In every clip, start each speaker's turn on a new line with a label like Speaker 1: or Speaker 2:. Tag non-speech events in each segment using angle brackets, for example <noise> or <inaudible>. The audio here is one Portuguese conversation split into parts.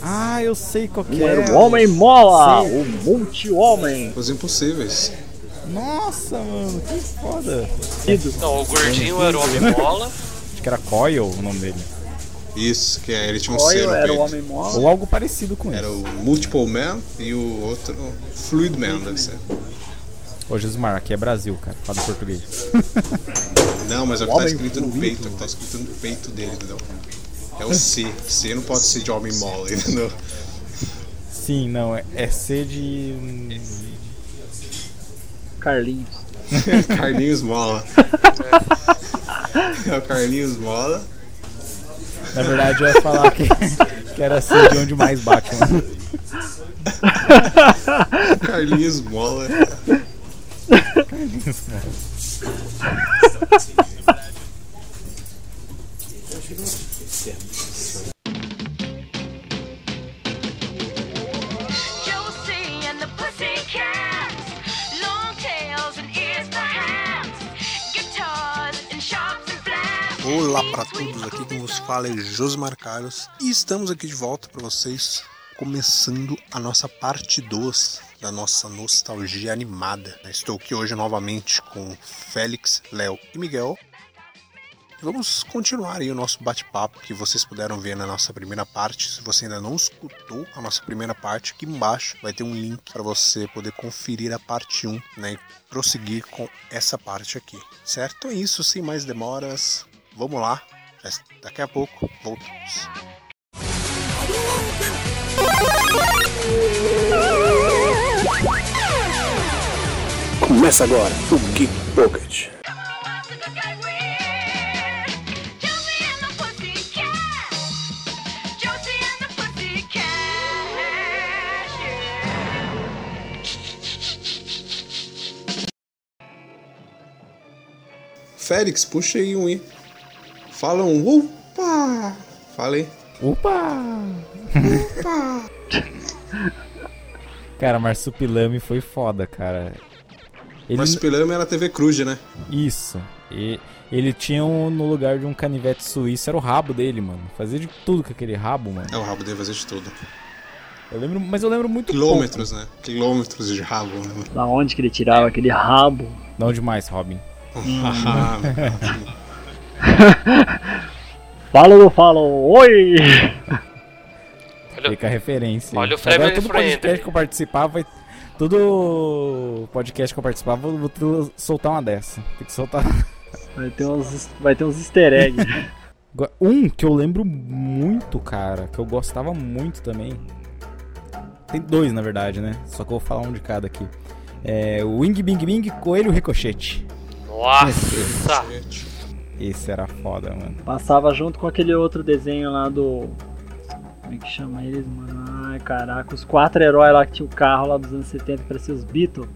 Speaker 1: Ah, eu sei qual que
Speaker 2: Um era
Speaker 1: é.
Speaker 2: o Homem Mola,
Speaker 1: Sei.
Speaker 2: o Multi-Homem.
Speaker 3: Os impossíveis.
Speaker 1: Nossa, mano, que foda.
Speaker 4: Não, o gordinho era o homem bola.
Speaker 1: Acho que era Coil o nome dele.
Speaker 3: Isso, que é, ele tinha um
Speaker 2: Coil
Speaker 3: selo.
Speaker 2: era o
Speaker 3: peito.
Speaker 2: Homem Mola.
Speaker 1: Ou algo parecido com
Speaker 3: Era
Speaker 1: isso.
Speaker 3: o Multiple Man e o outro Fluid Man, deve ser.
Speaker 1: Ô, Gismar, aqui é Brasil, cara. Fala em português.
Speaker 3: Não, mas é o que tá
Speaker 2: Homem
Speaker 3: escrito no
Speaker 2: fluido.
Speaker 3: peito, é o que tá escrito no peito dele, entendeu? É o C. C não pode ser de homem mole, <laughs> entendeu?
Speaker 1: Sim, não, é, é C de. hum,
Speaker 2: Carlinhos.
Speaker 3: Carlinhos Mola. É o Carlinhos Mola.
Speaker 1: Na verdade, eu ia falar que, que era C de onde mais bate, mano.
Speaker 3: Carlinhos Mola.
Speaker 5: Josie and the Pussycats. Long tails and ears perhaps. Guitars and sharps and flaps.
Speaker 6: Olá para todos, aqui quem vos fala é Josmar Carlos e estamos aqui de volta para vocês, começando a nossa parte 2 da nossa nostalgia animada. Estou aqui hoje novamente com Félix, Léo e Miguel. E Vamos continuar aí o nosso bate-papo que vocês puderam ver na nossa primeira parte. Se você ainda não escutou a nossa primeira parte, aqui embaixo vai ter um link para você poder conferir a parte 1 né, e prosseguir com essa parte aqui. Certo? É isso, sem mais demoras. Vamos lá, mas daqui a pouco voltamos.
Speaker 7: Começa agora o Geek Pocket.
Speaker 5: Come on, why should I get weird? Josie and the Pussycats. Josie and the Pussycats. Yeah.
Speaker 3: Félix, puxa aí um i. Fala um opa! Fala aí.
Speaker 1: Opa! cara, Marsupilame foi foda, cara. Ele,
Speaker 3: Mas o Pilame era TV Cruz, né?
Speaker 1: Isso. E ele tinha um, no lugar de um canivete suíço, era o rabo dele, mano. Fazia de tudo com aquele rabo, mano.
Speaker 3: É o rabo dele fazer de tudo.
Speaker 1: Eu lembro, mas eu lembro muito
Speaker 3: Quilômetros, né? Quilômetros de rabo, né?
Speaker 2: Da onde que ele tirava aquele rabo?
Speaker 1: pouco. Não demais, Robin.
Speaker 3: Ah,
Speaker 2: Fala ou não fala? Oi!
Speaker 4: Olha,
Speaker 1: Fica a referência.
Speaker 4: Olha o
Speaker 1: Agora
Speaker 4: Family
Speaker 1: todo podcast
Speaker 4: Friendly.
Speaker 1: que eu participar vai. Todo podcast que eu participar, vou, vou ter- soltar uma dessa. Tem que soltar.
Speaker 2: Vai ter uns, vai ter uns
Speaker 1: <laughs>
Speaker 2: easter eggs.
Speaker 1: Agora, Um que eu lembro muito, cara, que eu gostava muito também. Tem dois, na verdade, né? Só que eu vou falar um de cada aqui. É o Wing Bing Bing Coelho Ricochete.
Speaker 4: Nossa!
Speaker 1: Esse era foda, mano.
Speaker 2: Passava junto com aquele outro desenho lá do. Como é que chama eles, mano? Ai, caraca, os quatro heróis lá que tinha o carro lá dos anos 70 que parecia os Beatles.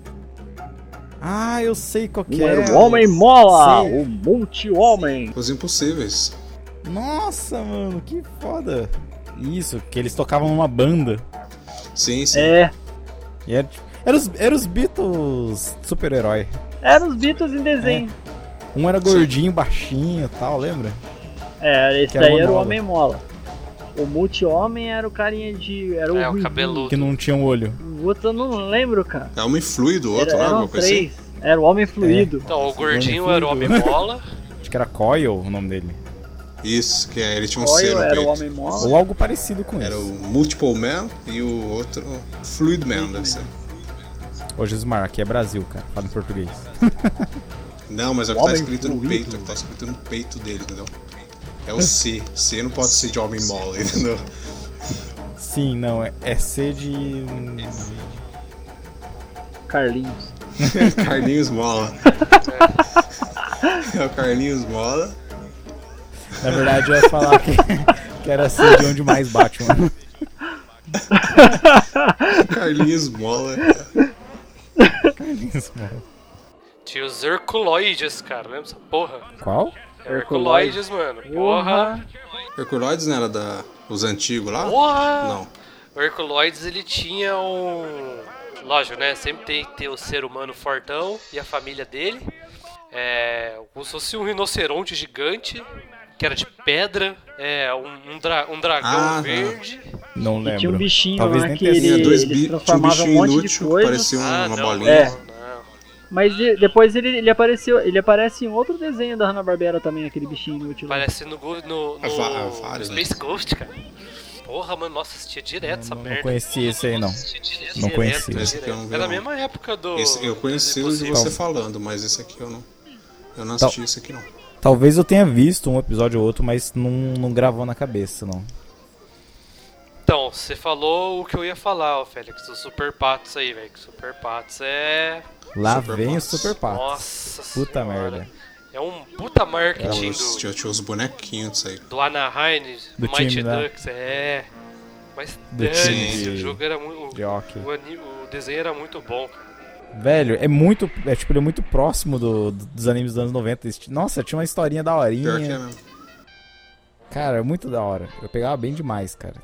Speaker 1: Ah, eu sei qual que
Speaker 2: Um era
Speaker 1: é.
Speaker 2: o Homem Mola,
Speaker 1: Sei.
Speaker 2: o Multi-Homem.
Speaker 3: Os impossíveis.
Speaker 1: Nossa, mano, que foda. Isso, que eles tocavam numa banda.
Speaker 3: Sim, sim.
Speaker 2: É,
Speaker 1: E era, tipo- era os, era os Beatles super-herói.
Speaker 2: eram os Beatles em desenho.
Speaker 1: Um era gordinho, baixinho e tal, lembra?
Speaker 2: É, esse
Speaker 1: Que era
Speaker 2: daí
Speaker 1: o
Speaker 2: era o
Speaker 1: Mola.
Speaker 2: Homem Mola. O Multi-Homem era o carinha de. Era o,
Speaker 4: É, o
Speaker 2: ruivinho.
Speaker 1: Que
Speaker 4: cabeludo.
Speaker 1: não tinha um olho.
Speaker 2: O outro eu não lembro, cara.
Speaker 3: É homem fluido, o outro,
Speaker 2: era,
Speaker 3: né?
Speaker 2: eram
Speaker 3: Alguma coisa assim. É.
Speaker 2: três. Era o Homem Fluido.
Speaker 4: Então, o gordinho era o homem bola.
Speaker 1: Acho que era Coil o nome dele.
Speaker 3: Isso, que é, ele tinha um
Speaker 2: Coil
Speaker 3: selo
Speaker 2: era o
Speaker 3: peito.
Speaker 2: Homem Mola.
Speaker 1: Ou algo parecido com
Speaker 3: Era o
Speaker 1: isso.
Speaker 3: Multiple Man e o outro Fluid Man, deve ser.
Speaker 1: Ô, Gismar, aqui é Brasil, cara. Fala em português.
Speaker 3: Não, mas é o que tá
Speaker 2: Homem
Speaker 3: escrito no
Speaker 2: fluido.
Speaker 3: peito, é o que tá escrito no peito dele, entendeu? É o C. C não pode ser de homem
Speaker 2: <laughs>
Speaker 3: mole, entendeu?
Speaker 1: Sim, não, é, é C de. hum,
Speaker 2: Carlinhos.
Speaker 3: Carlinhos Mola. É o Carlinhos Mola.
Speaker 1: Na verdade, eu ia falar que, que era C de onde mais bate, mano.
Speaker 3: Carlinhos Mola.
Speaker 1: Isso, mano.
Speaker 4: Tinha os Herculoides, cara. Lembra essa porra?
Speaker 1: Qual?
Speaker 4: Herculoides, mano. Porra!
Speaker 3: Herculoides não era da, os antigos lá?
Speaker 4: Porra!
Speaker 3: Não.
Speaker 4: O Herculoides, ele tinha um... Lógico, né? Sempre tem que ter o ser humano fortão e a família dele. É... Como se fosse um rinoceronte gigante. que era de pedra, é, um, um dra- um dragão
Speaker 6: Ah, tá.
Speaker 4: verde.
Speaker 1: Não
Speaker 2: E
Speaker 1: lembro.
Speaker 2: tinha um bichinho
Speaker 1: Talvez
Speaker 2: lá
Speaker 1: nem
Speaker 2: que
Speaker 1: tenha
Speaker 2: ele,
Speaker 1: sido.
Speaker 6: Tinha dois
Speaker 2: eles
Speaker 6: bi- tinha um
Speaker 2: transformavam um
Speaker 6: bichinho
Speaker 2: monte de
Speaker 6: inútil que
Speaker 2: coisa.
Speaker 6: parecia
Speaker 3: um-
Speaker 4: Ah,
Speaker 6: uma
Speaker 4: não,
Speaker 6: bolinha.
Speaker 2: É.
Speaker 4: não.
Speaker 2: Mas de- depois ele, ele apareceu, ele aparece em outro desenho da Hanna-Barbera também, aquele bichinho inútil. lá.
Speaker 4: Parece no, Go- no, no
Speaker 3: Ah, va- ah, vários, né?
Speaker 4: Space Ghost, cara. Porra, mano, nossa, assistia direto essa
Speaker 1: Não
Speaker 4: merda.
Speaker 1: conhecia esse aí, não.
Speaker 4: Direto,
Speaker 1: Não
Speaker 4: direto,
Speaker 1: conhecia.
Speaker 4: direto.
Speaker 6: Esse aqui eu não vi,
Speaker 4: É da
Speaker 6: não.
Speaker 4: mesma época do.
Speaker 6: Esse-
Speaker 4: do
Speaker 3: um Eu conheci o de
Speaker 4: Impossível.
Speaker 1: Então.
Speaker 3: você falando, mas esse aqui eu não. Eu não assisti esse aqui não.
Speaker 1: É Talvez eu tenha visto um episódio ou outro, mas não, não gravou na cabeça, não.
Speaker 4: Então, você falou o que eu ia falar, ó, Félix. O Super Patos aí, velho. que Super Patos é.
Speaker 1: Lá
Speaker 3: Super
Speaker 1: vem
Speaker 3: Patos.
Speaker 1: o Super Patos.
Speaker 4: Nossa
Speaker 1: Puta
Speaker 4: senhora.
Speaker 1: merda.
Speaker 4: É um puta marketing
Speaker 3: Os-
Speaker 4: do,
Speaker 3: Tinha, tinha os bonequinhos disso aí.
Speaker 4: do Anaheim, do
Speaker 1: Do
Speaker 4: Mighty
Speaker 1: time, né?
Speaker 4: Ducks, é. Mas
Speaker 1: Do time
Speaker 4: dane-se,
Speaker 1: de-
Speaker 4: o jogo era muito.
Speaker 1: de hockey.
Speaker 4: O, ani- o desenho era muito bom, cara.
Speaker 2: Tá
Speaker 1: Velho, é muito. É tipo, ele é muito próximo do- do- dos animes dos anos 90. Esse- Nossa, tinha uma historinha da
Speaker 3: Pior que é
Speaker 1: horinha.
Speaker 3: mesmo.
Speaker 1: Cara, é muito da hora. Eu pegava bem demais, cara.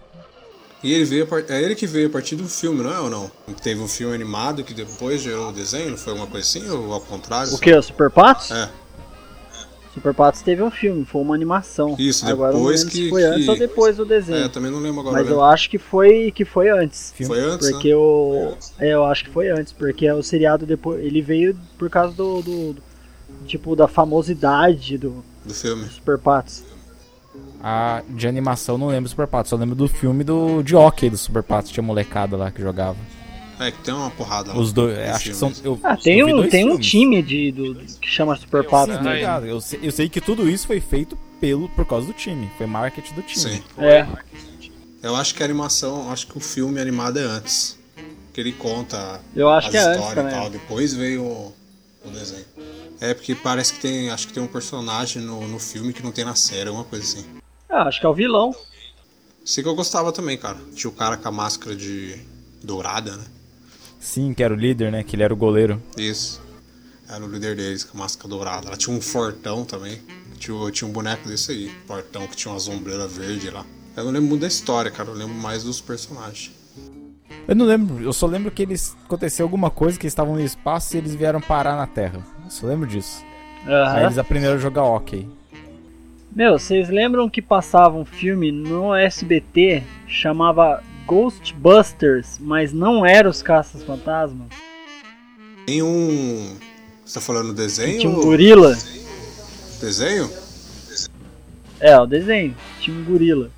Speaker 3: E ele veio a par- é ele que veio a partir do filme, não é ou não? Teve um filme animado que depois gerou o desenho, não foi alguma coisa assim? Ou ao contrário?
Speaker 2: O que? O Super Patos?
Speaker 3: É.
Speaker 2: Super Patos teve um filme, foi uma animação.
Speaker 3: Isso,
Speaker 2: agora eu não
Speaker 3: depois
Speaker 2: lembro se
Speaker 3: que-
Speaker 2: foi
Speaker 3: que-
Speaker 2: antes ou depois do
Speaker 3: É,
Speaker 2: desenho.
Speaker 3: eu também não lembro agora.
Speaker 2: Mas
Speaker 3: né?
Speaker 2: eu acho que foi que foi antes.
Speaker 3: Foi antes,
Speaker 2: Porque
Speaker 3: né?
Speaker 2: o. É, eu acho que foi antes, porque o seriado depois. Ele veio por causa do. do- do- tipo, da famosidade do
Speaker 3: Do filme.
Speaker 2: Super Patos.
Speaker 1: A de animação eu não lembro do Super Patos, só lembro do filme do de hockey do Super Patos, tinha molecada lá que jogava.
Speaker 3: É, que tem uma porrada lá.
Speaker 1: Os dois,
Speaker 3: Tem
Speaker 1: é, acho que
Speaker 3: filmes.
Speaker 1: são. Eu,
Speaker 2: Ah, tem
Speaker 1: eu vi
Speaker 2: um,
Speaker 1: dois
Speaker 2: tem um
Speaker 1: filmes.
Speaker 2: time de, do, que chama Super Patos,
Speaker 1: Sim,
Speaker 4: Ai.
Speaker 1: tá
Speaker 2: né?
Speaker 1: ligado? Eu, sei, eu sei que tudo isso foi feito pelo, por causa do time. Foi marketing do time.
Speaker 3: Sim.
Speaker 2: É.
Speaker 3: Eu acho que a animação, acho que o filme animado é antes. Que ele conta
Speaker 2: Eu acho
Speaker 3: as
Speaker 2: que é antes
Speaker 3: histórias
Speaker 2: também.
Speaker 3: e tal. Depois veio o, o desenho. É porque parece que tem. Acho que tem um personagem no, no filme que não tem na série, alguma coisa assim.
Speaker 2: Ah, acho que é o vilão.
Speaker 3: Sei que eu gostava também, cara. Tinha o cara com a máscara de. dourada, né?
Speaker 1: Sim, que era o líder, né? Que ele era o goleiro.
Speaker 3: Isso. Era o líder deles, com a máscara dourada. Ela tinha um fortão também. Tinha, o- tinha um boneco desse aí. Fortão que tinha uma sombreira verde lá. Eu não lembro muito da história, cara. Eu lembro mais dos personagens.
Speaker 1: Eu não lembro, eu só lembro que eles aconteceu alguma coisa que eles estavam no espaço e eles vieram parar na Terra. Eu só lembro disso. Aí
Speaker 2: Aham.
Speaker 1: eles aprenderam a jogar hockey.
Speaker 2: Meu, vocês lembram que passava um filme no SBT chamava Ghostbusters, mas não era os Caças Fantasmas?
Speaker 3: Tem um. Você tá falando desenho?
Speaker 2: Tinha um gorila.
Speaker 3: Desenho?
Speaker 2: É, o desenho. Tinha um gorila.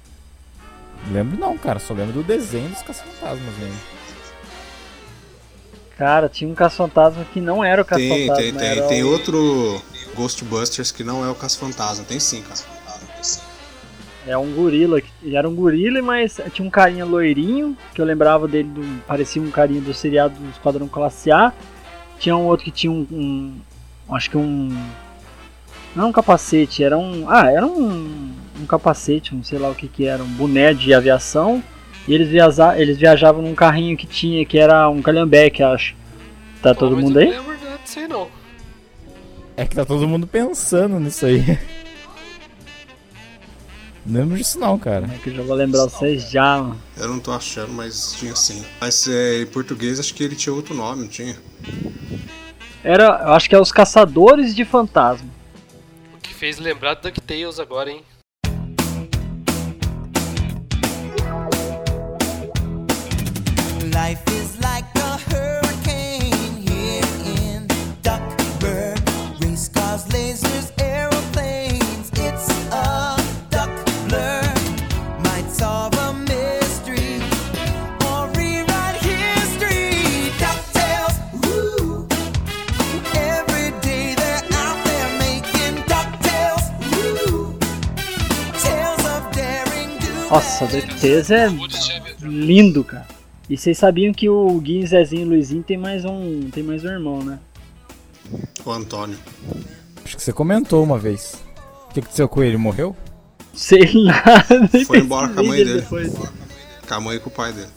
Speaker 1: Lembro não, cara, só lembro do desenho dos caça-fantasmas mesmo.
Speaker 2: Cara, tinha um caça-fantasma que não era o
Speaker 3: Tem,
Speaker 2: caça-fantasma.
Speaker 3: tem,
Speaker 2: era um-
Speaker 3: tem. Tem
Speaker 2: o-
Speaker 3: outro Ghostbusters que não é o Caça Fantasma. Tem sim, cara.
Speaker 2: É um gorila. que- Ele era um gorila, mas tinha um carinha loirinho, que eu lembrava dele, do- parecia um carinha do seriado do Esquadrão Classe A. Tinha um outro que tinha um. um- acho que um. Não um capacete, era um. Ah, era um, um capacete, um sei lá o que que era, um boné de aviação. E eles, viaza, eles viajavam num carrinho que tinha, que era um calhambeque, acho. Tá todo
Speaker 4: mas
Speaker 2: mundo
Speaker 4: eu
Speaker 2: aí?
Speaker 4: Não lembro nada disso aí, não.
Speaker 1: É que tá todo mundo pensando nisso aí. <laughs> Não lembro disso não, cara.
Speaker 2: Como é que eu já vou lembrar vocês já, mano?
Speaker 3: Eu não tô achando, mas tinha sim. Mas é, em português acho que ele tinha outro nome, não tinha?
Speaker 2: Era, eu acho que é os Caçadores de Fantasma.
Speaker 4: O que fez lembrar do DuckTales agora, hein?
Speaker 8: Life is like a hurricane here in Duckburg. Race cars, lasers, aeroplanes. It's a duck blur. Might solve a mystery or rewrite history. Ducktales, woo. Every day they're out there making ducktales, woo. Tales of daring do.
Speaker 2: Nossa, DuckTales é lindo, cara. E vocês sabiam que o Gui, Zezinho e Luizinho tem mais um, tem mais um irmão, né?
Speaker 3: O Antônio.
Speaker 1: Acho que você comentou uma vez. O que aconteceu com ele? Morreu?
Speaker 2: Sei lá, <laughs> nem
Speaker 3: Foi embora com a
Speaker 2: pesquisei
Speaker 3: mãe dele.
Speaker 2: depois.
Speaker 3: Com a mãe e com o pai dele.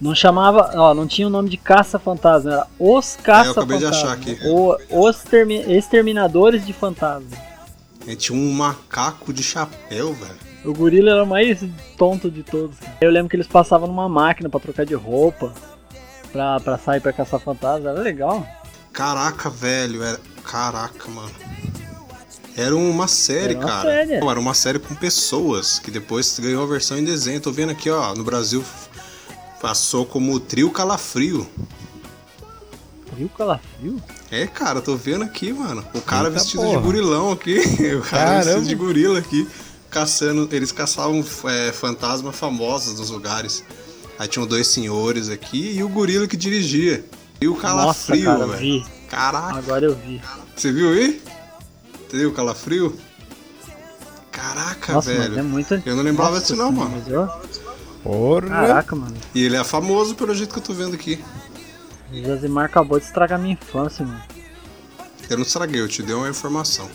Speaker 2: Não chamava, ó, não tinha o nome de caça-fantasma, era os
Speaker 3: É, eu acabei de achar
Speaker 2: caça-fantasma.
Speaker 3: aqui.
Speaker 2: ou os termi- exterminadores de fantasma.
Speaker 3: Ele tinha um macaco de chapéu, velho.
Speaker 2: O gorila era o mais tonto de todos. cara. Eu lembro que eles passavam numa máquina pra trocar de roupa, pra, pra sair pra caçar fantasma, era legal.
Speaker 3: Caraca, velho. Era... Caraca, mano. Era uma série,
Speaker 2: Era uma
Speaker 3: cara.
Speaker 2: série.
Speaker 3: Não, era uma série com pessoas, que depois ganhou a versão em desenho. Tô vendo aqui, ó, no Brasil passou como o Trio Calafrio.
Speaker 2: Viu Calafrio?
Speaker 3: É, cara, tô vendo aqui, mano. O cara
Speaker 1: Eita
Speaker 3: vestido
Speaker 1: porra.
Speaker 3: de gorilão aqui. <laughs> O cara
Speaker 1: Caramba.
Speaker 3: vestido de gorila aqui. Caçando. Eles caçavam é, fantasmas famosos nos lugares. Aí tinham dois senhores aqui e o gorila que dirigia. E o
Speaker 2: Nossa,
Speaker 3: calafrio,
Speaker 2: cara,
Speaker 3: velho. Tá
Speaker 2: vi.
Speaker 3: Caraca,
Speaker 2: Agora eu vi.
Speaker 3: você viu aí? Entendeu o calafrio? Caraca,
Speaker 2: Nossa,
Speaker 3: velho.
Speaker 2: mas é muito.
Speaker 3: Eu não lembrava
Speaker 2: Nossa,
Speaker 3: disso não,
Speaker 2: você
Speaker 3: mano.
Speaker 2: lembrou?
Speaker 1: Porra.
Speaker 2: Caraca, mano.
Speaker 3: E ele é famoso pelo jeito que eu tô vendo aqui.
Speaker 2: Josimar acabou de estragar minha infância, mano.
Speaker 3: Eu não estraguei, eu te dei uma informação.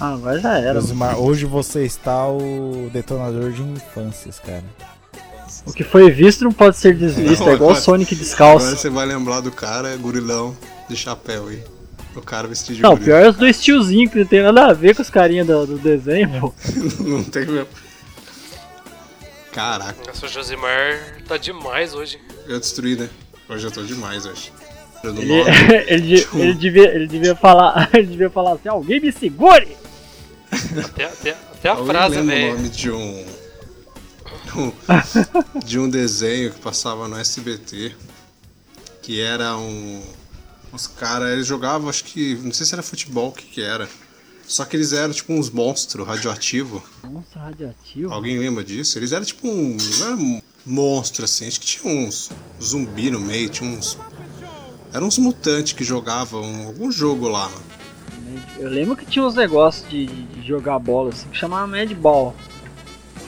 Speaker 2: Ah, agora já era. mano.
Speaker 1: Josimar, hoje você está o detonador de infâncias, cara.
Speaker 2: O que foi visto não pode ser desvisto.
Speaker 3: Não,
Speaker 2: é igual o
Speaker 3: agora-
Speaker 2: Sonic
Speaker 3: Agora
Speaker 2: descalço.
Speaker 3: você vai lembrar do cara, gorilão de chapéu aí. O cara vestido de
Speaker 2: Não, o
Speaker 3: gorila.
Speaker 2: pior é os dois tiozinhos que não tem nada a ver com os carinhas do, do desenho, pô.
Speaker 3: <laughs> Não tem mesmo. Caraca,
Speaker 4: Nossa, o Josimar tá demais hoje.
Speaker 3: eu destruí, né? Hoje eu tô demais, hoje. Eu não
Speaker 2: Ele, <laughs>
Speaker 3: moro.
Speaker 2: ele, de- ele devia, ele devia falar. <laughs> Ele devia falar assim, alguém me segure!
Speaker 4: Até, até- até a
Speaker 3: Alguém
Speaker 4: frase,
Speaker 3: lembra o
Speaker 4: velho.
Speaker 3: nome de um... de um desenho que passava no SBT, que era um... Os caras, eles jogavam, acho que... Não sei se era futebol, o que que era. Só que eles eram tipo uns monstros radioativos.
Speaker 2: Nossa, radioativo.
Speaker 3: Alguém lembra disso? Eles eram tipo um, não era um monstro assim, acho que tinha uns zumbi no meio, tinha uns. Eram uns mutantes que jogavam algum jogo lá, mano.
Speaker 2: Eu lembro que tinha uns negócios de, de jogar bola, assim, que chamava Mad Ball.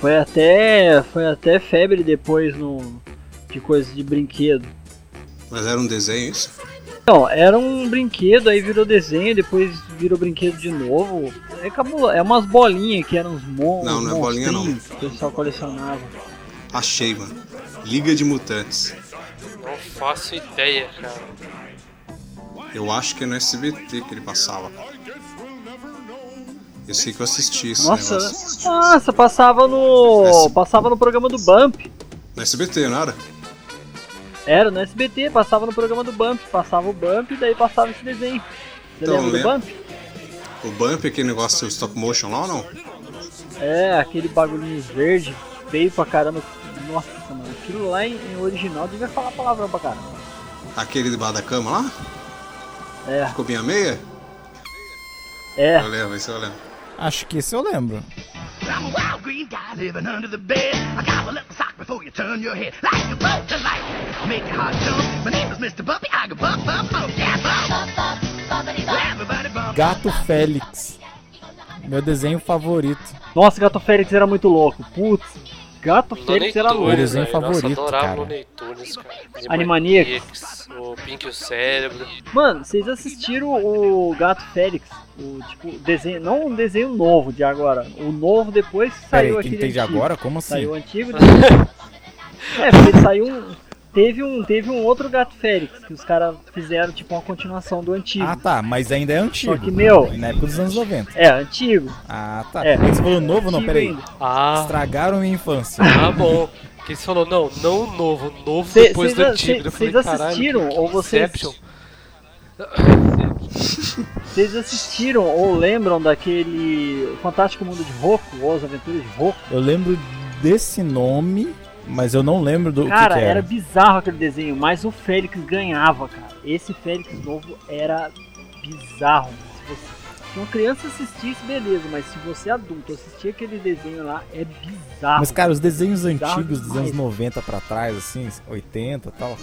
Speaker 2: Foi até. Foi até febre depois no. De coisa de brinquedo.
Speaker 3: Mas era um desenho isso?
Speaker 2: Então, era um brinquedo, aí virou desenho, depois virou brinquedo de novo. É, acabou, é umas bolinhas que eram uns mon-
Speaker 3: Não, não é bolinha, não.
Speaker 2: monstrinhos que o pessoal colecionava.
Speaker 3: Achei, mano. Liga de Mutantes.
Speaker 4: Não faço ideia, cara.
Speaker 3: Eu acho que é no SBT que ele passava. Eu sei que eu assisti esse
Speaker 2: Nossa, né?
Speaker 3: negócio. é
Speaker 2: nossa, passava no.
Speaker 3: Essa-
Speaker 2: Passava no programa do Bump.
Speaker 3: No SBT, não era?
Speaker 2: Era no SBT, passava no programa do Bump, passava o Bump e daí passava esse desenho. Você
Speaker 3: Então,
Speaker 2: lembra do
Speaker 3: lembro.
Speaker 2: Bump?
Speaker 3: O Bump, aquele negócio stop motion lá ou não?
Speaker 2: É, aquele bagulhinho verde, feio pra caramba. Nossa, mano, aquilo lá em, em original devia falar palavrão pra caramba.
Speaker 3: Aquele debaixo da cama lá?
Speaker 2: É,
Speaker 3: Ficou bem a meia?
Speaker 2: é.
Speaker 3: Eu lembro, isso eu lembro.
Speaker 1: Acho que esse eu lembro.
Speaker 9: I'm a wild green guy living under the bed. I gobble up a sock before you turn your head. Like a bolt to light. Make your heart jump. My name is Mr. Bumpy. I go bump, bump, bump. Yeah, bump. Everybody bump.
Speaker 1: Gato Félix. Meu desenho favorito.
Speaker 2: Nossa, Gato Félix era muito louco. Putz, Gato
Speaker 4: Looney
Speaker 2: Félix era
Speaker 1: Meu
Speaker 4: Tunes,
Speaker 2: louco.
Speaker 1: desenho
Speaker 4: velho. Nossa,
Speaker 1: favorito,
Speaker 4: adorava
Speaker 1: cara.
Speaker 4: Looney Tunes, cara.
Speaker 2: Animaniacs.
Speaker 4: O Pink e o Cérebro.
Speaker 2: Mano, vocês assistiram o Gato Félix? O tipo, desenho, não um desenho novo de agora. O novo depois que
Speaker 1: Peraí,
Speaker 2: saiu
Speaker 1: quem
Speaker 2: aquele
Speaker 1: entende
Speaker 2: antigo.
Speaker 1: agora? Como assim?
Speaker 2: Saiu o antigo. depois- é, porque saiu um. Teve um, teve um outro Gato Félix que os caras fizeram tipo uma continuação do antigo.
Speaker 1: Ah tá, mas ainda é antigo.
Speaker 2: Só que, meu-
Speaker 1: Na época dos anos 90.
Speaker 2: É, antigo.
Speaker 1: Ah tá.
Speaker 2: É.
Speaker 1: É. Você falou novo? Não,
Speaker 2: antigo
Speaker 1: peraí.
Speaker 2: ainda.
Speaker 4: Ah,
Speaker 1: Estragaram minha infância.
Speaker 4: tá bom. Porque você falou, não, não o novo, o novo
Speaker 2: Cê-
Speaker 4: depois
Speaker 2: cês
Speaker 4: do
Speaker 2: a-
Speaker 4: antigo.
Speaker 2: cê-
Speaker 4: Eu falei,
Speaker 2: cês
Speaker 4: caralho,
Speaker 2: assistiram
Speaker 4: que
Speaker 2: ou vocês-
Speaker 4: Inception?
Speaker 2: Vocês assistiram ou lembram daquele Fantástico Mundo de Roku, ou As Aventuras de Roku?
Speaker 1: Eu lembro desse nome, mas eu não lembro do
Speaker 2: Cara,
Speaker 1: que, que
Speaker 2: era?
Speaker 1: era.
Speaker 2: bizarro aquele desenho, mas o Félix ganhava, cara. Esse Félix novo era bizarro. mano. Se, você... se uma criança assistisse, beleza, mas se você é adulto assistir aquele desenho lá, é bizarro.
Speaker 1: Mas, cara, os desenhos
Speaker 2: Bizarro
Speaker 1: antigos dos anos
Speaker 2: demais.
Speaker 1: 90 pra trás, assim, 80 e tal,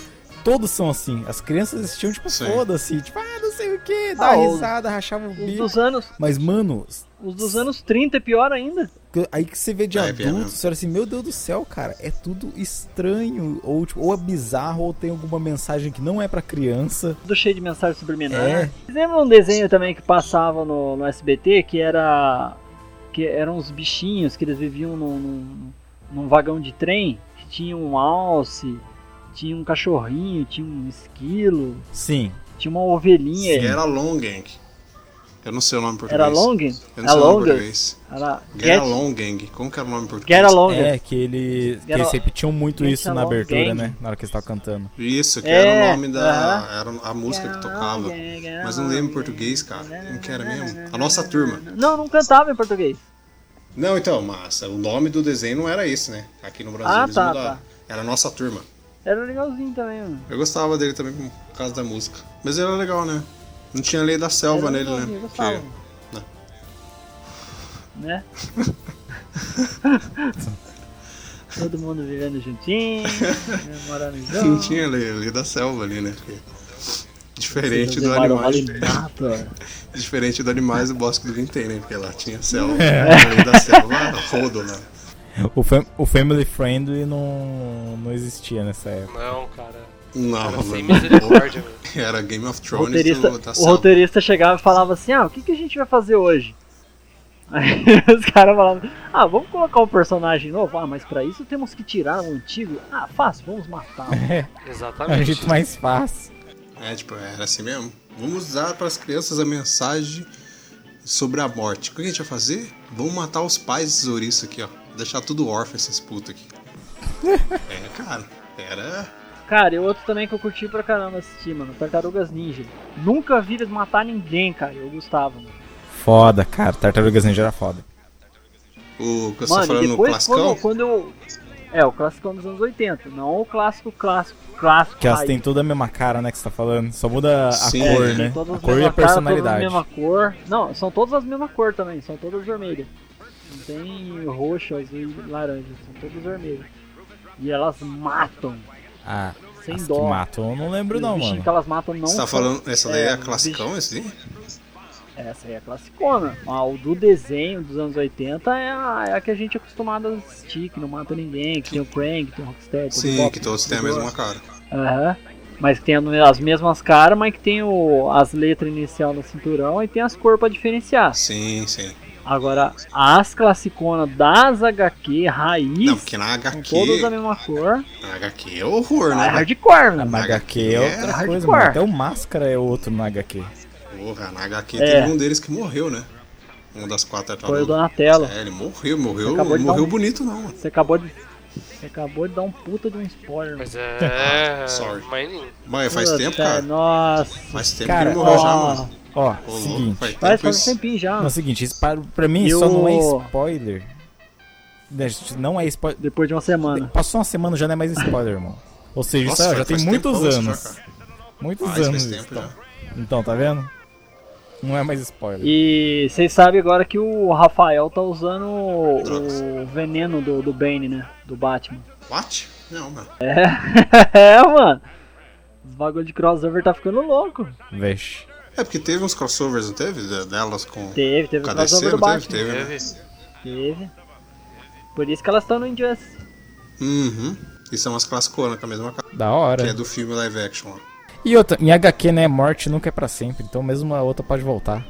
Speaker 1: todos são assim. As crianças assistiam, tipo,
Speaker 3: Sim.
Speaker 1: foda-se. Tipo, ah, não sei o que, dá
Speaker 2: Ah, o-
Speaker 1: risada, rachava o
Speaker 2: Os
Speaker 1: bico.
Speaker 2: dos anos,
Speaker 1: Mas, mano,
Speaker 2: os dos anos 30 é pior ainda.
Speaker 1: que- aí que você vê de
Speaker 3: É, é
Speaker 1: adulto,
Speaker 3: mesmo.
Speaker 1: você olha assim, meu Deus do céu, cara, é tudo estranho. Ou, tipo, ou é bizarro, ou tem alguma mensagem que não é pra criança.
Speaker 2: Tudo cheio de mensagem subliminar.
Speaker 1: É.
Speaker 2: Vocês lembram um desenho também que passava no, no SBT que era. que eram uns bichinhos que eles viviam num, num, num vagão de trem, que tinha um alce, tinha um cachorrinho, tinha um esquilo,
Speaker 1: Sim.
Speaker 2: tinha uma ovelhinha.
Speaker 3: Era Long Gang. Eu não sei o nome em português.
Speaker 2: Era é. Long?
Speaker 3: Eu não sei o nome em
Speaker 2: Along?
Speaker 3: português.
Speaker 2: Era
Speaker 3: Get
Speaker 2: Get,
Speaker 3: Along Gang. Como que era o nome em português?
Speaker 2: get Along.
Speaker 1: É, que, ele, que eles
Speaker 2: Get-
Speaker 1: repetiam muito
Speaker 2: Get
Speaker 1: isso na
Speaker 2: Along
Speaker 1: abertura,
Speaker 2: Gang.
Speaker 1: né? Na hora que eles estavam cantando.
Speaker 3: Isso, que
Speaker 2: É,
Speaker 3: era o nome da.
Speaker 2: aham.
Speaker 3: Era a música que tocava. Mas não lembro em português, cara. Como que era mesmo? A nossa turma.
Speaker 2: Não, não cantava em português.
Speaker 3: Não, então, massa. O nome do desenho não era esse, né? Aqui no Brasil
Speaker 2: Ah,
Speaker 3: eles
Speaker 2: tá,
Speaker 3: mudaram.
Speaker 2: tá.
Speaker 3: Era a nossa turma.
Speaker 2: Era legalzinho também, mano.
Speaker 3: Eu gostava dele também por causa da música. Mas ele era legal, né? Não tinha lei da selva
Speaker 2: Era
Speaker 3: nele, né?
Speaker 2: legalzinho, eu
Speaker 3: Porque-
Speaker 2: gostava. Né? Todo mundo vivendo juntinho, né,
Speaker 3: <laughs>
Speaker 2: morando junto.
Speaker 3: <laughs> Não tinha lei, lei da selva ali, né? Porque- Diferente do
Speaker 2: levaram
Speaker 3: animais.
Speaker 2: malinata.
Speaker 3: <laughs> Diferente do animais do bosque do Vintém, né? Porque lá tinha selva. A lei da selva rodo né? lá.
Speaker 1: O, fam- o Family Friendly não, não existia nessa época.
Speaker 4: Não, cara.
Speaker 3: Não,
Speaker 4: Cara, sem
Speaker 3: mano.
Speaker 4: misericórdia, velho.
Speaker 3: Um <laughs> Era Game of
Speaker 2: O
Speaker 3: Thrones
Speaker 2: roteirista,
Speaker 3: do, da
Speaker 2: o
Speaker 3: selva.
Speaker 2: roteirista chegava e falava assim, ah, o que, que a gente vai fazer hoje? Aí <laughs> os caras falavam, ah, vamos colocar um personagem novo? Ah, mas pra isso temos que tirar o antigo. Ah, fácil, vamos matá-lo.
Speaker 1: É o
Speaker 4: Exatamente.
Speaker 1: jeito mais fácil.
Speaker 3: É, tipo, era assim mesmo. Vamos dar para as crianças a mensagem sobre a morte. O que a gente vai fazer? Vamos matar os pais desses ouriços aqui, ó. Deixar tudo órfão esses putos
Speaker 2: <laughs>
Speaker 3: aqui. é, cara. Era.
Speaker 2: Cara, e outro também que eu curti pra caramba assistir, mano, Tartarugas Ninja. Nunca vi eles matar ninguém, cara, eu gostava, mano.
Speaker 1: Foda, cara. Tartarugas Ninja era foda.
Speaker 3: O que você tá
Speaker 2: Mano, e
Speaker 3: falando no
Speaker 2: depois quando,
Speaker 3: classicão?
Speaker 2: quando eu... É, o classicão dos anos 80, não o clássico, clássico, clássico.
Speaker 1: Que elas
Speaker 2: raiz.
Speaker 1: têm toda a mesma cara, né? Que você tá falando. Só muda a
Speaker 3: Sim.
Speaker 1: cor,
Speaker 3: É,
Speaker 1: né?
Speaker 2: Todas
Speaker 1: A
Speaker 2: as
Speaker 1: cor e a
Speaker 2: mesmas caras,
Speaker 1: personalidade.
Speaker 2: Todas a mesma cor. Não, são todas as mesmas cor também, são todas vermelhas. Não tem roxo, azul e laranja, são todas vermelhas. E elas matam,
Speaker 1: Ah,
Speaker 2: sem
Speaker 1: as que
Speaker 2: dó.
Speaker 1: matam eu não lembro
Speaker 2: Os
Speaker 1: não,
Speaker 2: bichinhos
Speaker 1: mano.
Speaker 2: que elas matam não
Speaker 3: Você tá
Speaker 2: são-
Speaker 3: falando. Essa daí é, a
Speaker 2: os
Speaker 3: classicão, esse daí?
Speaker 2: bichos- Essa aí é a classicona. Ah, o do desenho dos anos 80 é a, é a que a gente é acostumado a assistir, que não mata ninguém, que tem o Krang, que tem o Rocksteady. tem o
Speaker 3: Sim,
Speaker 2: Bop,
Speaker 3: que todos
Speaker 2: o
Speaker 3: têm a
Speaker 2: Igor.
Speaker 3: mesma cara.
Speaker 2: Aham. Mas que tem as mesmas caras, mas que tem o, as letras inicial no cinturão e tem as cores pra diferenciar.
Speaker 3: Sim, sim.
Speaker 2: Agora, as classiconas das HQ raiz,
Speaker 3: Não, porque na
Speaker 2: com
Speaker 3: HQ.
Speaker 2: todas da mesma cor,
Speaker 3: Na HQ é horror,
Speaker 2: é
Speaker 3: né?
Speaker 2: hardcore,
Speaker 1: A
Speaker 2: mano.
Speaker 1: na HQ é outra
Speaker 2: Hardcore.
Speaker 1: coisa, mano. Até o Máscara é outro na HQ.
Speaker 3: Porra, na HQ
Speaker 2: É.
Speaker 3: teve um deles que morreu, né? Um das quatro
Speaker 2: Foi o
Speaker 3: tartarugas.
Speaker 2: Donatello.
Speaker 3: É, ele morreu, morreu,
Speaker 2: Acabou de dar
Speaker 3: morreu
Speaker 2: um-
Speaker 3: bonito não, mano.
Speaker 2: Você acabou de. Você acabou de dar um puta de um spoiler, mano.
Speaker 4: Mas é.
Speaker 3: Sorry.
Speaker 4: Mas
Speaker 3: Mas faz
Speaker 2: Puta,
Speaker 3: tempo, cara.
Speaker 2: Nossa.
Speaker 3: Faz tempo
Speaker 1: Cara,
Speaker 3: que ele morreu já,
Speaker 2: ó,
Speaker 3: mano.
Speaker 1: Ó,
Speaker 3: Ô, louco,
Speaker 1: seguinte.
Speaker 3: faz
Speaker 2: Faz,
Speaker 3: tempo
Speaker 2: faz um
Speaker 3: isso.
Speaker 2: tempinho já.
Speaker 1: Não, é o seguinte, isso pra, pra mim
Speaker 2: Eu-
Speaker 1: só não é spoiler. Né, Não é spoiler.
Speaker 2: Depois de uma semana.
Speaker 1: Passou uma semana já não é mais spoiler, irmão. Ou seja,
Speaker 3: Nossa,
Speaker 1: isso, ó,
Speaker 3: cara,
Speaker 1: já tem
Speaker 3: faz
Speaker 1: muitos
Speaker 3: tempão isso
Speaker 1: anos.
Speaker 3: já, cara.
Speaker 1: muitos
Speaker 3: Faz,
Speaker 1: anos.
Speaker 3: faz tempo
Speaker 1: então.
Speaker 3: já.
Speaker 1: Então, tá vendo? Não é mais spoiler.
Speaker 2: E vocês sabem agora que o Rafael tá usando o,
Speaker 3: Drogas.
Speaker 2: o veneno do, do Bane, né? Do Batman. <laughs>
Speaker 3: What? Não, mano.
Speaker 2: é, mano. Os bagulho de crossover tá ficando louco.
Speaker 1: Vixe.
Speaker 3: É porque teve uns crossovers, não teve? De- Delas com...
Speaker 2: Teve, teve o
Speaker 3: com a
Speaker 2: crossover
Speaker 3: DC,
Speaker 2: do
Speaker 3: não teve?
Speaker 2: Batman.
Speaker 3: Teve, né?
Speaker 4: teve.
Speaker 2: Teve. Por isso que elas estão no Injustice.
Speaker 3: Uhum. E são as classiconas com a mesma cara.
Speaker 1: Da
Speaker 3: Que é
Speaker 1: hora.
Speaker 3: do filme live action, ó.
Speaker 1: E outra, em HQ, né? Morte nunca é pra sempre. Então, mesmo a outra pode voltar.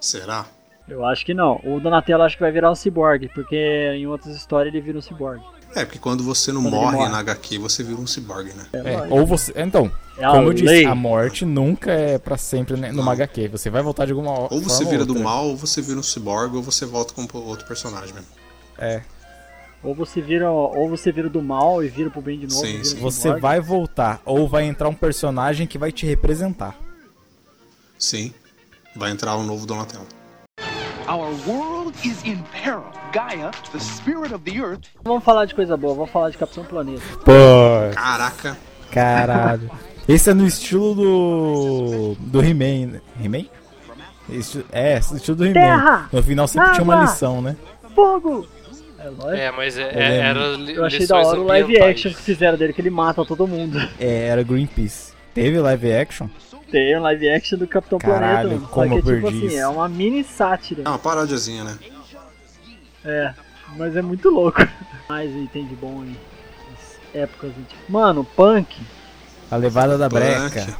Speaker 3: Será?
Speaker 2: Eu acho que não. O Donatello acho que vai virar um ciborgue, porque em outras histórias ele vira um ciborgue.
Speaker 3: É, porque quando você não
Speaker 2: Quando ele
Speaker 3: morre,
Speaker 2: morre.
Speaker 3: na HQ, você vira um ciborgue, né?
Speaker 1: É, ou você. Então,
Speaker 2: É a
Speaker 1: como eu disse,
Speaker 2: lei.
Speaker 1: a morte nunca é pra sempre né, numa HQ. Você vai voltar de alguma hora.
Speaker 3: Ou você vira do mal, ou você vira um ciborgue, ou você volta com outro personagem mesmo.
Speaker 1: É,
Speaker 2: Ou você vira, ou você vira do mal e vira pro bem de novo.
Speaker 3: Sim,
Speaker 2: vira
Speaker 3: sim.
Speaker 2: um
Speaker 1: Você
Speaker 2: ciborgue.
Speaker 1: vai voltar, ou vai entrar um personagem que vai te representar.
Speaker 3: Sim. Vai entrar um novo Donatello.
Speaker 9: Our world is in peril. Gaia, the spirit of the earth,
Speaker 2: Vamos falar de coisa boa, vamos falar de Capitão Planeta.
Speaker 1: Pô,
Speaker 3: Caraca.
Speaker 1: caralho. Esse é no estilo do. do He-Man. né? He-Man? Esti- É, esse é o estilo do He-Man.
Speaker 2: Terra!
Speaker 1: No final sempre tinha uma
Speaker 2: Água!
Speaker 1: lição, né?
Speaker 2: Fogo! É lógico.
Speaker 4: É, mas é,
Speaker 1: Eu
Speaker 4: é,
Speaker 1: lembro.
Speaker 4: era li,
Speaker 2: Eu achei da
Speaker 4: lições
Speaker 2: hora o live
Speaker 4: ambientais.
Speaker 2: action que fizeram dele, que ele mata todo mundo. <laughs>
Speaker 1: É, era Greenpeace. Teve live action?
Speaker 2: Tem um live action do Capitão
Speaker 1: Caralho,
Speaker 2: Planeta, mano. Só
Speaker 1: como
Speaker 2: que é
Speaker 1: eu
Speaker 2: tipo
Speaker 1: perdi
Speaker 2: assim,
Speaker 1: isso.
Speaker 2: é uma mini sátira.
Speaker 3: É uma parodiazinha, né?
Speaker 2: É, mas é muito louco. <laughs> Mas aí tem de bom aí. As Épocas de... Mano, punk,
Speaker 1: A levada da
Speaker 3: Punk.
Speaker 1: breca.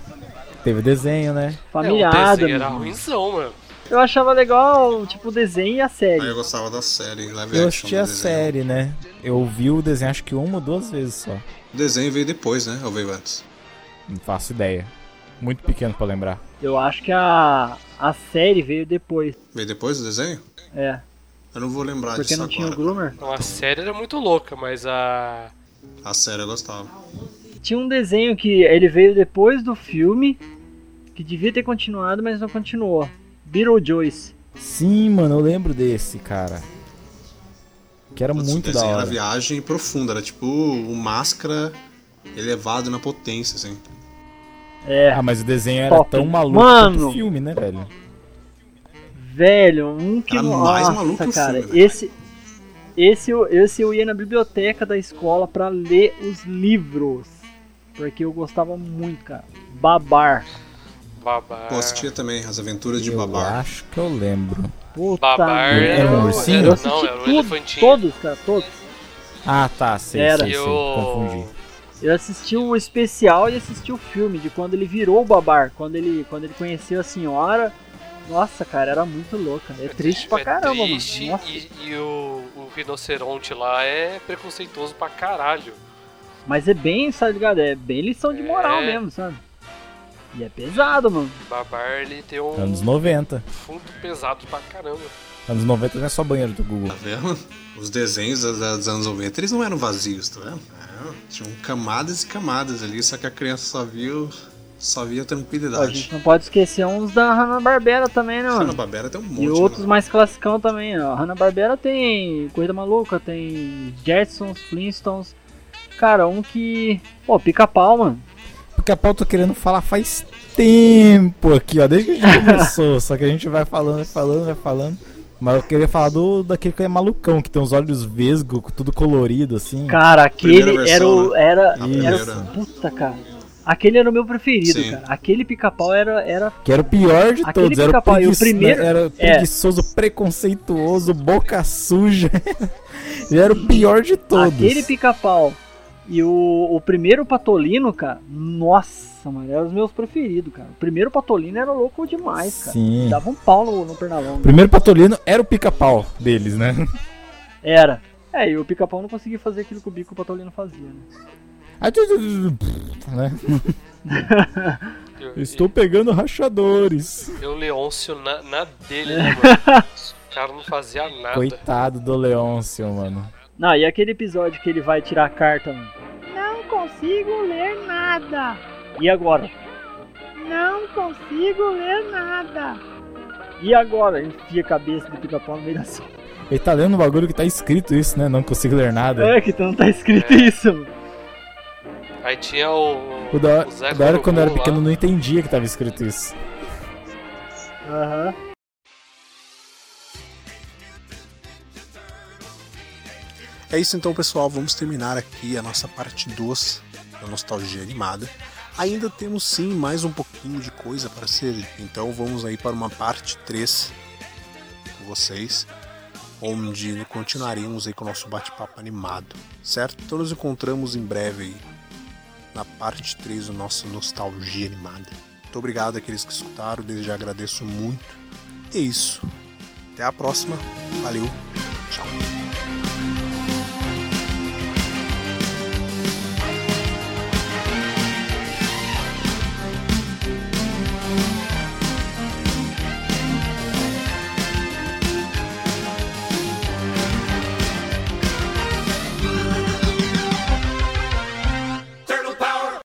Speaker 1: Teve desenho, né?
Speaker 4: É,
Speaker 2: família
Speaker 4: o desenho
Speaker 2: Adams,
Speaker 4: era
Speaker 2: mano.
Speaker 4: ruimzão, mano.
Speaker 2: Eu achava legal, tipo, o desenho e a série.
Speaker 3: Aí eu gostava da série live action.
Speaker 1: É Eu assisti
Speaker 3: do
Speaker 1: a
Speaker 3: desenho.
Speaker 1: série, né? Eu vi o desenho acho que uma ou duas vezes só.
Speaker 3: O desenho veio depois, né? Ou veio antes?
Speaker 1: Não faço ideia. Muito pequeno pra lembrar.
Speaker 2: Eu acho que a, a série veio depois.
Speaker 3: Veio depois do desenho?
Speaker 2: É.
Speaker 3: Eu não vou lembrar
Speaker 2: Porque
Speaker 3: disso
Speaker 2: não tinha o
Speaker 3: agora.
Speaker 2: Gloomer.
Speaker 4: Não, a série era muito louca, mas a.
Speaker 3: A série eu gostava.
Speaker 2: Tinha um desenho que ele veio depois do filme, que devia ter continuado, mas não continuou. Beetlejuice.
Speaker 1: Sim, mano, eu lembro desse, cara. Que era
Speaker 3: Putz, o
Speaker 1: muito da
Speaker 3: desenho
Speaker 1: hora.
Speaker 3: Era viagem profunda, era tipo o máscara elevado na potência, assim.
Speaker 2: É,
Speaker 1: Ah, mas o desenho era
Speaker 2: Top.
Speaker 1: tão maluco
Speaker 2: Mano!
Speaker 1: quanto o filme, né, velho?
Speaker 2: velho, um que
Speaker 3: Era
Speaker 2: não-
Speaker 3: mais
Speaker 2: Nossa,
Speaker 3: maluco que o
Speaker 2: cara.
Speaker 3: filme, né?
Speaker 2: Esse esse eu, esse eu ia na biblioteca da escola pra ler os livros, porque eu gostava muito, cara. Babar.
Speaker 4: Babar.
Speaker 3: Pô, assistia também As Aventuras de
Speaker 1: eu
Speaker 3: Babar.
Speaker 1: acho que eu lembro.
Speaker 2: Puta
Speaker 4: Babar
Speaker 2: merda.
Speaker 1: era um
Speaker 2: Eu
Speaker 1: ursinho?
Speaker 2: assisti
Speaker 4: Não, era um
Speaker 2: tudo,
Speaker 4: elefantinho.
Speaker 2: Todos, cara, todos.
Speaker 1: Ah, tá, sei,
Speaker 2: Era.
Speaker 1: sei,
Speaker 4: E
Speaker 1: sei,
Speaker 4: o-
Speaker 1: confundi.
Speaker 2: Eu assisti o especial e assisti o filme de quando ele virou o babar, quando ele, quando ele conheceu a senhora. Nossa, cara, era muito louca. É triste pra
Speaker 4: é
Speaker 2: caramba,
Speaker 4: triste,
Speaker 2: mano. Nossa.
Speaker 4: E, e o, o rinoceronte lá é preconceituoso pra caralho.
Speaker 2: Mas é bem, sabe, ligado? É bem lição de moral
Speaker 4: É.
Speaker 2: mesmo, sabe? E é pesado, mano.
Speaker 4: Babar ele tem um
Speaker 1: Anos 90.
Speaker 4: fundo pesado pra caramba.
Speaker 1: Anos 90 não é só banheiro do Google.
Speaker 3: Tá vendo? Os desenhos das- dos anos 90, eles não eram vazios, tá vendo? É, tinham camadas e camadas ali, só que a criança só via, o- só via a
Speaker 2: A
Speaker 3: tranquilidade.
Speaker 2: gente não pode esquecer uns da Hanna-Barbera também, né,
Speaker 3: Hanna
Speaker 2: mano?
Speaker 3: Barbera tem um monte.
Speaker 2: E
Speaker 3: né?
Speaker 2: outros mais classicão também, ó. Hanna-Barbera tem Corrida Maluca, tem Jetsons, Flintstones. Cara, um que... Pô, pica-pau, mano.
Speaker 1: Porque a pau tô querendo falar faz tempo aqui, ó. Desde que a
Speaker 2: <laughs>
Speaker 1: gente começou. só que a gente vai falando, vai falando, vai falando. Mas eu queria falar do daquele que é malucão, que tem os olhos vesgo, tudo colorido, assim.
Speaker 2: Cara, aquele
Speaker 3: Primeira
Speaker 2: era o.
Speaker 3: versão,
Speaker 2: Era,
Speaker 3: A
Speaker 1: Isso.
Speaker 2: era,
Speaker 3: primeira.
Speaker 2: puta, cara. Aquele era o meu preferido,
Speaker 3: Sim.
Speaker 2: cara. Aquele pica-pau era, era.
Speaker 1: Que era o pior de
Speaker 2: Aquele
Speaker 1: todos. Era, o
Speaker 2: pica-pau, e o
Speaker 1: preguiço-
Speaker 2: primeiro-
Speaker 1: era
Speaker 2: é.
Speaker 1: preguiçoso, preconceituoso, boca suja. <laughs> Ele era o pior de todos.
Speaker 2: Aquele pica-pau. E o, o primeiro patolino, cara. Nossa, mano. Era os meus preferidos, cara. O primeiro patolino era louco demais, cara.
Speaker 1: Sim.
Speaker 2: Dava um pau no, no Pernalonga.
Speaker 1: O primeiro patolino era o pica-pau deles, né? <laughs>
Speaker 2: Era. É, e o pica-pau não conseguia fazer aquilo que o bico patolino fazia, né?
Speaker 1: Aí tu- tu- tu- tu- né?
Speaker 4: E o-
Speaker 1: Estou pegando rachadores.
Speaker 4: E o Leôncio na, na dele,
Speaker 2: <laughs>
Speaker 4: né, mano? O cara não fazia nada.
Speaker 1: Coitado do Leôncio, mano.
Speaker 2: Não, e aquele episódio que ele vai tirar a carta, mano. Não consigo ler nada. E agora? Não consigo ler nada. E agora? Enfia a cabeça do pica-pau no meio da sala.
Speaker 1: Ele tá lendo um bagulho que tá escrito isso, né? Não consigo ler nada.
Speaker 2: <laughs> É, que não tá escrito isso, mano.
Speaker 4: Aí tinha o.
Speaker 1: O da,
Speaker 4: o Zé
Speaker 1: o da hora é quando eu era
Speaker 4: Corogol lá.
Speaker 1: pequeno eu não entendia que tava escrito isso.
Speaker 2: Aham.
Speaker 6: É isso então, pessoal. Vamos terminar aqui a nossa parte 2 da Nostalgia Animada. Ainda temos sim mais um pouquinho de coisa para ser dita, então vamos aí para uma parte 3 com vocês, onde continuaremos aí com o nosso bate-papo animado, certo? Então nos encontramos em breve aí na parte 3 do nosso Nostalgia Animada. Muito obrigado àqueles que escutaram, desde já agradeço muito. É isso. Até a próxima. Valeu. Tchau.